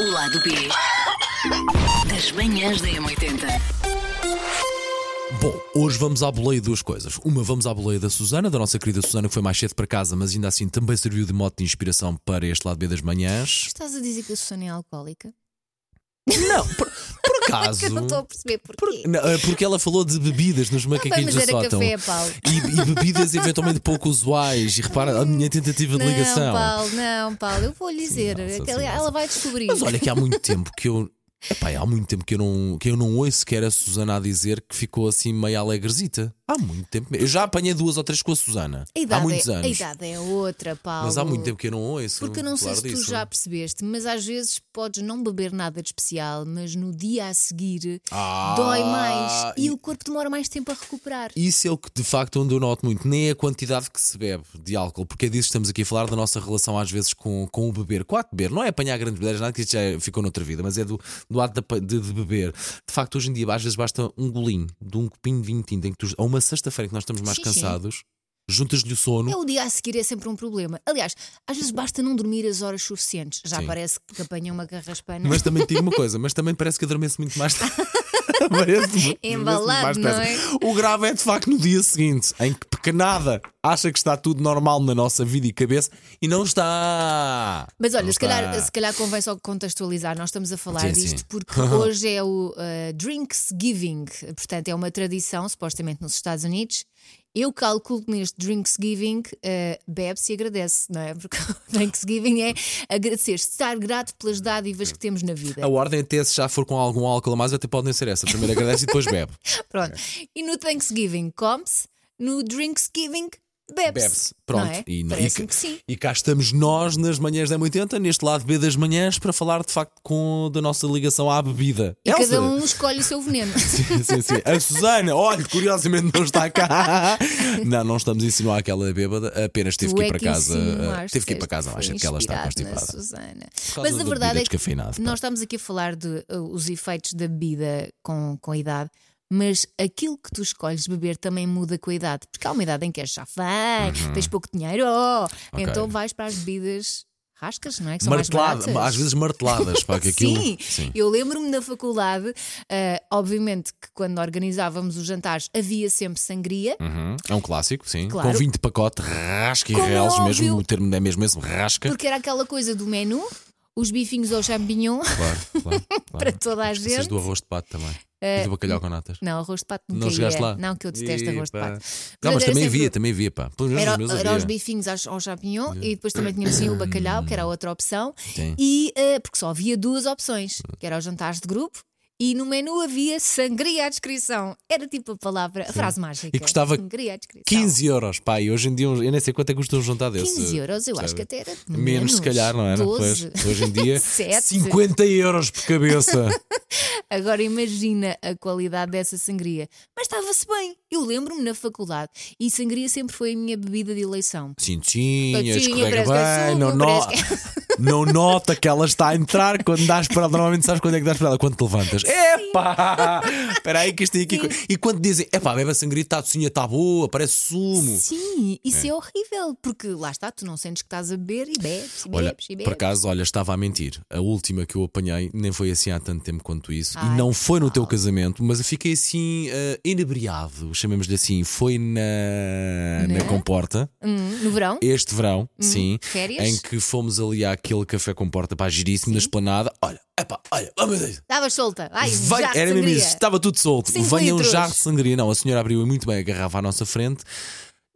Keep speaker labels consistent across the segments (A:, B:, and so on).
A: O lado B das manhãs da M80.
B: Bom, hoje vamos à boleia de duas coisas. Uma, vamos à boleia da Susana, da nossa querida Susana, que foi mais cedo para casa, mas ainda assim também serviu de mote de inspiração para este lado B das manhãs.
C: Estás a dizer que a Susana é alcoólica?
B: Não, por, por acaso.
C: Que eu não estou a perceber
B: por-
C: porquê.
B: não, é porque ela falou de bebidas nos macaquinhos
C: mas
B: do
C: era
B: sótão.
C: café, Paulo.
B: E, e bebidas eventualmente pouco usuais. E repara a minha tentativa de
C: não,
B: ligação.
C: Paulo, não, Paulo, eu vou lhe dizer.
B: Nossa
C: aquela-
B: Senhora.
C: ela vai descobrir.
B: Mas olha que há muito tempo que eu. Epá, há muito tempo que eu, não, que eu não ouço sequer a Susana a dizer que ficou assim meio alegrezita. Há muito tempo mesmo. Eu já apanhei duas ou três com a Susana.
C: a idade
B: há muitos
C: é,
B: anos.
C: A idade é outra, Paulo.
B: Mas há muito tempo que eu não ouço.
C: Porque eu não sei
B: falar
C: se tu
B: disso. é?
C: já percebeste, mas às vezes podes não beber nada de especial, mas no dia a seguir
B: Ah,
C: dói mais e,
B: e-
C: o corpo demora mais tempo a recuperar.
B: Isso é o que de facto onde eu noto muito, nem é a quantidade que se bebe de álcool, porque é disso que estamos aqui a falar da nossa relação às vezes com, com o beber. Com o ato de beber, não é apanhar grandes bebidas, nada que isto já ficou noutra vida, mas é do, do ato de, apa- de- de beber. De facto, hoje em dia às vezes basta um golinho de um copinho de vinho tinto, em que tu, a uma sexta-feira em que nós estamos mais
C: Sim, sim.
B: cansados, juntas-lhe o sono.
C: É o dia a seguir é sempre um problema. Aliás, às vezes basta não dormir as horas suficientes. Já
B: Sim.
C: parece que apanha uma garraspana.
B: Mas também te digo uma coisa, mas também parece que adormeço muito mais tarde. Parece-me-
C: Embalado,
B: parece-me
C: não
B: depressa. O grave é de facto no dia seguinte, em que pequenada acha que está tudo normal na nossa vida e cabeça e não está.
C: Mas olha,
B: Não
C: se calhar,
B: está.
C: se calhar convém só contextualizar. Nós estamos a falar
B: Sim,
C: disto
B: sim.
C: porque hoje é o eh, Drinksgiving. Portanto, é uma tradição, supostamente, nos Estados Unidos. Eu calculo que neste Drinksgiving eh, bebe-se e agradece, não é? Porque o Drinksgiving é agradecer, estar grato pelas dádivas que temos na
B: A
C: vida.
B: ordem até se já for com algum álcool a mais, até pode nem ser essa. Primeiro agradece e depois bebe.
C: Pronto. E no Thanksgiving come-se, no Drinksgiving bebe-se.
B: Bebe-se. Pronto.
C: Não é?
B: E, não- e,
C: Parece-me
B: cá-
C: que sim.
B: e cá estamos nós nas manhãs da 80, neste lado B das manhãs, para falar de facto com, da nossa ligação à bebida.
C: E
B: Elsa?
C: cada um escolhe o seu veneno.
B: Sim, sim, sim. A Susana, olha, curiosamente não está cá. Não, não estamos a insinuar que ela é bêbada, apenas teve
C: Tu
B: que ir
C: é
B: para casa. eh,
C: insinuaste,
B: Teve que ir para casa
C: foi
B: mais cedo, que ela está
C: inspirado na
B: constipada.
C: é, Susana.
B: causa
C: Mas
B: da
C: a
B: bebida
C: verdade é que
B: descafeinada, pá.
C: nós estamos aqui a falar de uh, os efeitos da bebida com, com a idade. Mas aquilo que tu escolhes beber também muda com a idade, porque há uma idade em que és chafém, tens pouco dinheiro,
B: Uhum. Ok.
C: então vais para as bebidas rascas, não é? Que são mais
B: Martelada,
C: baratas.
B: às vezes marteladas, para que aquilo.
C: Sim, eu lembro-me na faculdade, ah, obviamente que quando organizávamos os jantares havia sempre sangria,
B: Uhum. É um clássico, sim.
C: Claro.
B: Com 20 pacote, rasca e
C: Como é
B: reles,
C: óbvio.
B: mesmo o termo é mesmo esse, rasca.
C: porque era aquela coisa do menu, os bifinhos ao champignon.
B: Claro, claro. claro.
C: Para toda a
B: Esqueces
C: gente. Eh,
B: do arroz de pato também. e do bacalhau com natas.
C: Não, arroz de pato nunca
B: Não chegaste
C: ia.
B: lá?
C: Não, que eu detesto arroz de
B: Epá.
C: pato.
B: Não, mas
C: era
B: também
C: sempre-
B: havia, também havia, pá. Pelo menos nos meus
C: Era, era os
B: havia.
C: bifinhos aos- ao champignon e depois também tínhamos sim, o bacalhau, que era a outra opção.
B: Sim.
C: E, eh, porque só havia duas opções, que era os jantares de grupo e no menu havia sangria à descrição. Era tipo a palavra, a frase mágica.
B: E custava
C: sangria à descrição.
B: 15 euros, pá. E hoje em dia, eu nem sei quanto é que custa um jantar desse.
C: 15 euros, eu acho
B: sabe?
C: que até era menos,
B: Menos, se calhar, não era?
C: 12.
B: Pois, hoje em dia,
C: Sete.
B: 50 euros por cabeça.
C: Agora imagina a qualidade dessa sangria. Mas estava-se bem. Eu lembro-me na faculdade. E sangria sempre foi a minha bebida de eleição.
B: Cintinha,
C: Patinha,
B: escorrega
C: parece é- que é
B: bem,
C: suco,
B: não, no- não nota que ela está a entrar quando dás para ela. Normalmente sabes quando é que dás para ela? Quando te levantas. Epá! Espera aí que isto tem aqui. co- E quando dizem, epá, um bebe a sangria, está a docinha, está tá boa, parece sumo.
C: Sim, isso é. horrível, porque lá está, tu não sentes que estás a beber e bebes e
B: Olha,
C: bebes e
B: por
C: bebes.
B: acaso, olha, estava a mentir. A última que eu apanhei nem foi assim há tanto tempo quanto isso.
C: Ai,
B: e não foi no teu
C: Paulo.
B: casamento, mas eu fiquei assim, eh, inebriado, chamemos-lhe assim. Foi na, na
C: Né?
B: comporta.
C: Hum, no verão?
B: este verão, sim,
C: férias?
B: em que fomos ali àquele café com porta para giríssimo na esplanada. Olha, epá, olha, oh meu Deus.
C: Estavas solta. Ai,
B: Vai-
C: já
B: era mesmo
C: sangria.
B: isso, estava tudo solto.
C: Cinco
B: Venha um
C: litros.
B: jarro de sangria. Não, a senhora abriu muito bem a garrafa à nossa frente.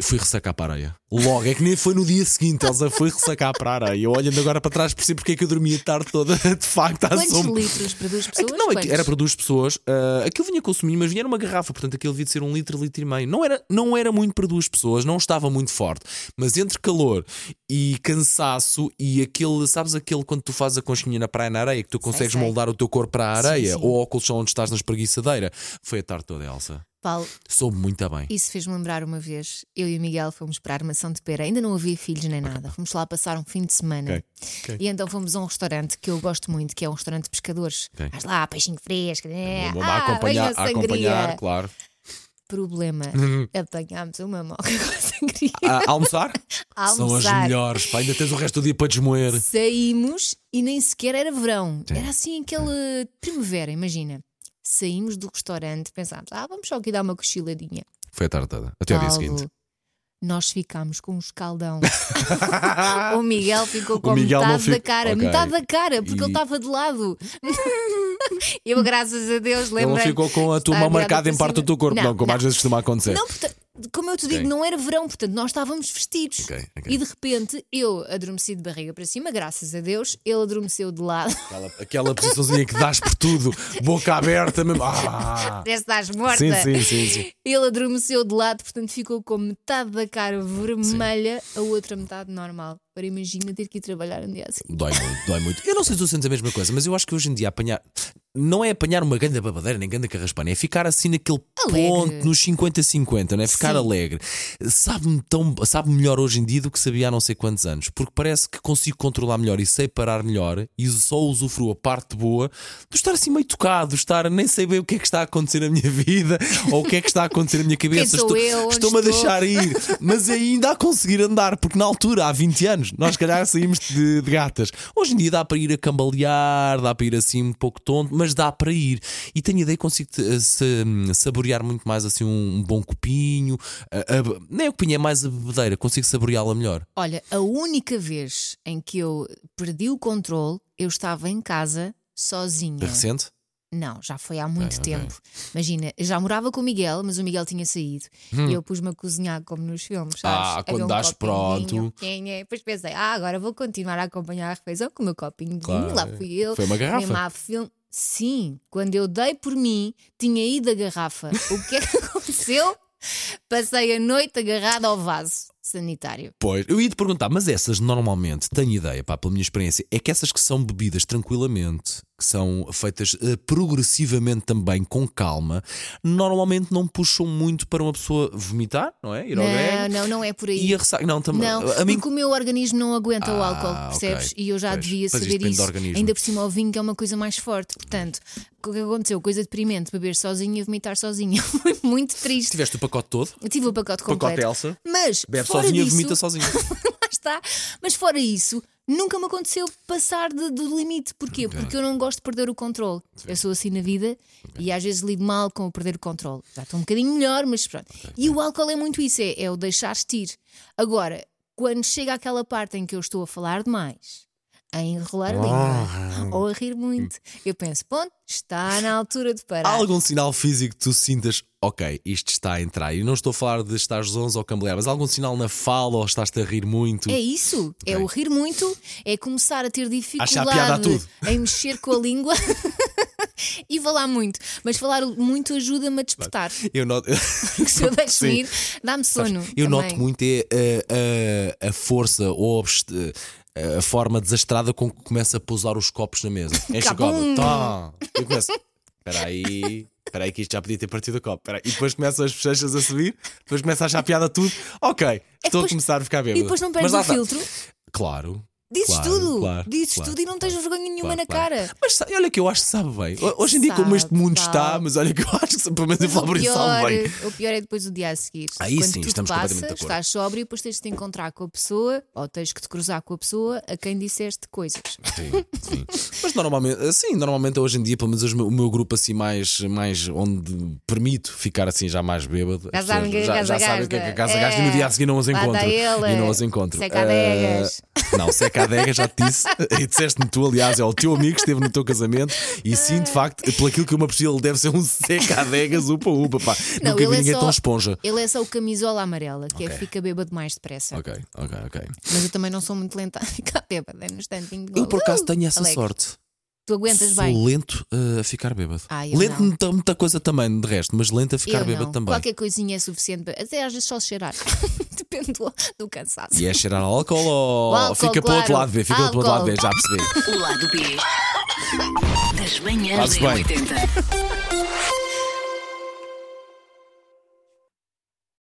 B: Fui ressacar para a areia. Logo, é que nem foi no dia seguinte, Elsa foi ressacar para a areia. Eu olhando agora para trás, percebo porque é que eu dormi a tarde toda, de facto, à
C: Quantos
B: sombra.
C: litros para duas
B: É
C: pessoas?
B: que não, é que
C: Quantos?
B: era para duas pessoas. ah, aquilo vinha consumir, mas vinha numa garrafa, portanto aquilo devia de ser um litro, litro e meio. Não era, não era muito para duas pessoas, não estava muito forte. Mas entre calor e cansaço e aquele, sabes aquele quando tu fazes a conchinha na praia na areia, que tu consegues
C: sei.
B: moldar o teu corpo para a areia
C: sim.
B: ou ao colchão onde estás na espreguiçadeira. Foi a tarde toda, Elsa.
C: Paulo,
B: Soube muito bem.
C: isso fez-me lembrar uma vez. Eu e o Miguel fomos para a Armação de Pera, ainda não havia filhos nem nada. Fomos lá passar um fim de semana.
B: Ok, ok.
C: E então fomos a um restaurante que eu gosto muito, que é um restaurante de pescadores.
B: Ok. É
C: Vais lá, peixinho fresco. né?
B: Vou- vou
C: ah,
B: acompanhar,
C: venha
B: a
C: sangria.
B: acompanhar, claro.
C: problema. Apanhámos uma moca com sangria.
B: A almoçar?
C: a
B: São as
C: almoçar.
B: melhores, pá. Ainda tens o resto do dia para desmoer.
C: Saímos e nem sequer era verão.
B: Sim.
C: Era assim aquele primavera, imagina. Saímos do restaurante, pensámos, ah, vamos só aqui dar uma cochiladinha.
B: Foi a tarde toda. Até ao dia
C: Paulo,
B: seguinte.
C: Nós ficámos com um escaldão. o Miguel ficou com
B: Miguel não
C: metade da
B: fica-
C: cara,
B: Ok.
C: metade da cara, porque
B: E-
C: ele estava de lado. Eu, graças a Deus,
B: Ele
C: lembro.
B: não ficou com a tua
C: Está
B: mão
C: virada
B: marcada
C: para
B: em parte
C: cima.
B: do teu corpo, não,
C: Não,
B: como
C: não.
B: às vezes costuma acontecer.
C: Não, porta- como eu te digo,
B: Ok.
C: não era verão, portanto, nós estávamos vestidos.
B: Ok, ok.
C: E de repente, eu adormeci de barriga para cima, graças a Deus, ele adormeceu de lado.
B: Aquela, aquela posiçãozinha que dás por tudo, boca aberta mesmo. Ah!
C: Parece que estás morta.
B: Sim, sim, sim, sim.
C: Ele adormeceu de lado, portanto ficou com metade da cara vermelha, a outra metade normal. Agora imagina ter que ir trabalhar um dia assim.
B: Dói muito, dói muito. Eu não sei se tu sentes a mesma coisa, mas eu acho que hoje em dia apanhar. Não é apanhar uma grande babadeira nem grande carraspana, é ficar assim naquele
C: Alegre.
B: ponto nos 50-50, não é? Ficar
C: Sim.
B: alegre. Sabe-me tão, sabe melhor hoje em dia do que sabia há não sei quantos anos, porque parece que consigo controlar melhor e sei parar melhor e só usufruo a parte boa de estar assim meio tocado, estar nem sei bem o que é que está a acontecer na minha vida ou o que é que está a acontecer na minha cabeça.
C: sou
B: Estou-
C: eu? Onde
B: Estou-me a
C: estou?
B: deixar a ir, mas ainda a conseguir andar, porque na altura, há 20 anos, nós se calhar saímos de, de gatas. Hoje em dia dá para ir a cambalear, dá para ir assim um pouco tonto, mas dá para ir. E tenho a ideia que consigo eh, se- saborear muito mais assim um, um bom copinho. A- a- nem o copinho, é mais a bebedeira, consigo saboreá-la melhor.
C: Olha, a única vez em que eu perdi o controle, eu estava em casa sozinha.
B: Recente?
C: Não, já foi há muito
B: Ah, ok.
C: tempo. Imagina, eu já morava com o Miguel, mas o Miguel tinha saído. E eu pus-me a cozinhar como nos filmes, sabes?
B: Hum. Ah,
C: Havia
B: quando
C: um
B: dás
C: copinho de vinho,
B: pronto.
C: quem é? Depois pensei, ah, agora vou continuar a acompanhar a refeição com o meu copinho de vinho.
B: Claro.
C: Lá fui eu.
B: Foi uma garrafa.
C: mesmo à filme. Sim, quando eu dei por mim, tinha ido a garrafa. O que é que aconteceu? Passei a noite agarrada ao vaso sanitário.
B: Pois, eu ia te perguntar, mas essas normalmente, tenho ideia, pá, pela minha experiência, é que essas que são bebidas tranquilamente, que são feitas eh, progressivamente também com calma, normalmente não puxam muito para uma pessoa vomitar, não é? Ir ao
C: Não,
B: grego.
C: não, não é por aí.
B: E a ressaca, não, também.
C: Não,
B: a mim,
C: porque o meu organismo não aguenta o
B: Ah,
C: álcool, percebes?
B: ok.
C: E eu já
B: Pois,
C: devia
B: pois isto
C: saber
B: depende do
C: isso.
B: organismo.
C: Ainda por cima, o vinho que é uma coisa mais forte. Portanto, o que aconteceu? Coisa deprimente, beber sozinha e vomitar sozinha. Foi muito triste.
B: tiveste o pacote todo,
C: Eu tive o pacote
B: pacote
C: completo.
B: Elsa,
C: Mas,
B: bebe
C: fora
B: sozinha,
C: disso,
B: vomita sozinha.
C: lá está. Mas fora isso, nunca me aconteceu passar de- do limite. Porquê? Porque eu não gosto de perder o controle. Eu sou assim na vida e às vezes lido mal com o perder o controle. Já estou um bocadinho melhor, mas pronto. E o álcool é muito isso, é, é o deixar-te ir. Agora, quando chega àquela parte em que eu estou a falar demais, a enrolar a língua ou a rir muito, eu penso, ponto, está na altura de
B: Há
C: parar.
B: algum sinal físico que tu sintas, ok, isto está a entrar? E não estou a falar de estar zonzo ou cambalear, mas há algum sinal na fala ou estás-te a rir muito?
C: É isso, é
B: Ok.
C: o rir muito, é começar a ter
B: Achar piada a
C: dificuldade
B: tudo.
C: em mexer com a língua e falar muito. Mas falar muito ajuda-me a despertar.
B: Eu noto.
C: Porque se eu deixo
B: Sim.
C: ir, dá-me sono.
B: Eu
C: também.
B: noto muito é a, a- a força ou a obst- a, forma desastrada com que começa a pousar os copos na mesa. Enche o
C: Cabum!
B: copo. Tom. Eu começo. Espera aí. Espera aí que isto já podia ter partido o copo. Espera aí. E depois começam as bochechas a subir. Depois começa a achar piada tudo. Ok. estou
C: É depois-
B: a começar a ficar bêbado.
C: E depois não
B: Mas
C: perdes
B: lá
C: o
B: está.
C: filtro,
B: Claro.
C: dizes
B: claro,
C: tudo,
B: claro,
C: dizes
B: claro,
C: tudo e não tens vergonha
B: claro,
C: nenhuma na
B: claro.
C: cara.
B: Mas sa- olha que eu acho que sabe bem. Ho- Hoje em dia, como
C: Sabe,
B: este mundo está,
C: sabe.
B: mas olha que eu acho que pelo menos em
C: Mas o,
B: Flávio sabe
C: pior,
B: bem.
C: o pior é depois o dia a seguir.
B: um Aí
C: Quando
B: sim,
C: tudo
B: estamos
C: passa,
B: completamente de acordo.
C: Estás sóbrio e depois tens de te encontrar com a pessoa ou tens que te cruzar com a pessoa a quem disseste coisas.
B: Sim, sim. Mas normalmente, assim, normalmente hoje em dia, pelo menos os meu- o meu grupo assim mais, mais onde permito ficar assim já mais bêbado.
C: Já
B: as pessoas
C: sabem o que é que
B: já,
C: a casa
B: já sabem o que é que a casa
C: gasta.
B: gasta e no dia a seguir não as
C: Lá
B: encontro.
C: está ele.
B: E não as encontro.
C: Seca
B: Ah,
C: adegas.
B: Não, seca a adega já te disse e disseste-me tu, aliás, é o teu amigo que esteve no teu casamento e sim, de facto, pelo aquilo que eu me aprecio, ele deve ser um seca adegas, upa, upa, pá.
C: Não,
B: Nunca
C: ele
B: vi
C: é
B: ninguém
C: só-
B: tão esponja.
C: Ele é só o camisola amarela, que é
B: Ok.
C: fica bêbado mais depressa.
B: Ok, ok, ok.
C: Mas eu também não sou muito lenta a ficar bêbada, é no instantinho.
B: Eu por acaso
C: Uh,
B: tenho essa
C: alegre.
B: sorte.
C: Tu aguentas
B: Sou
C: bem.
B: lento uh, a ficar bêbado.
C: Ah, eu
B: lento
C: não.
B: muita, muita coisa também, de resto, mas lento a ficar
C: Eu
B: bêbado
C: não.
B: também.
C: Qualquer coisinha é suficiente, para- até às vezes só cheirar. Depende do, do cansaço.
B: E é cheirar álcool ou
C: O álcool,
B: fica pelo outro
C: claro.
B: lado B? Fica pelo outro lado B, já percebi.
A: O lado B das manhãs
B: Fazes
A: da
B: bem.
A: 80.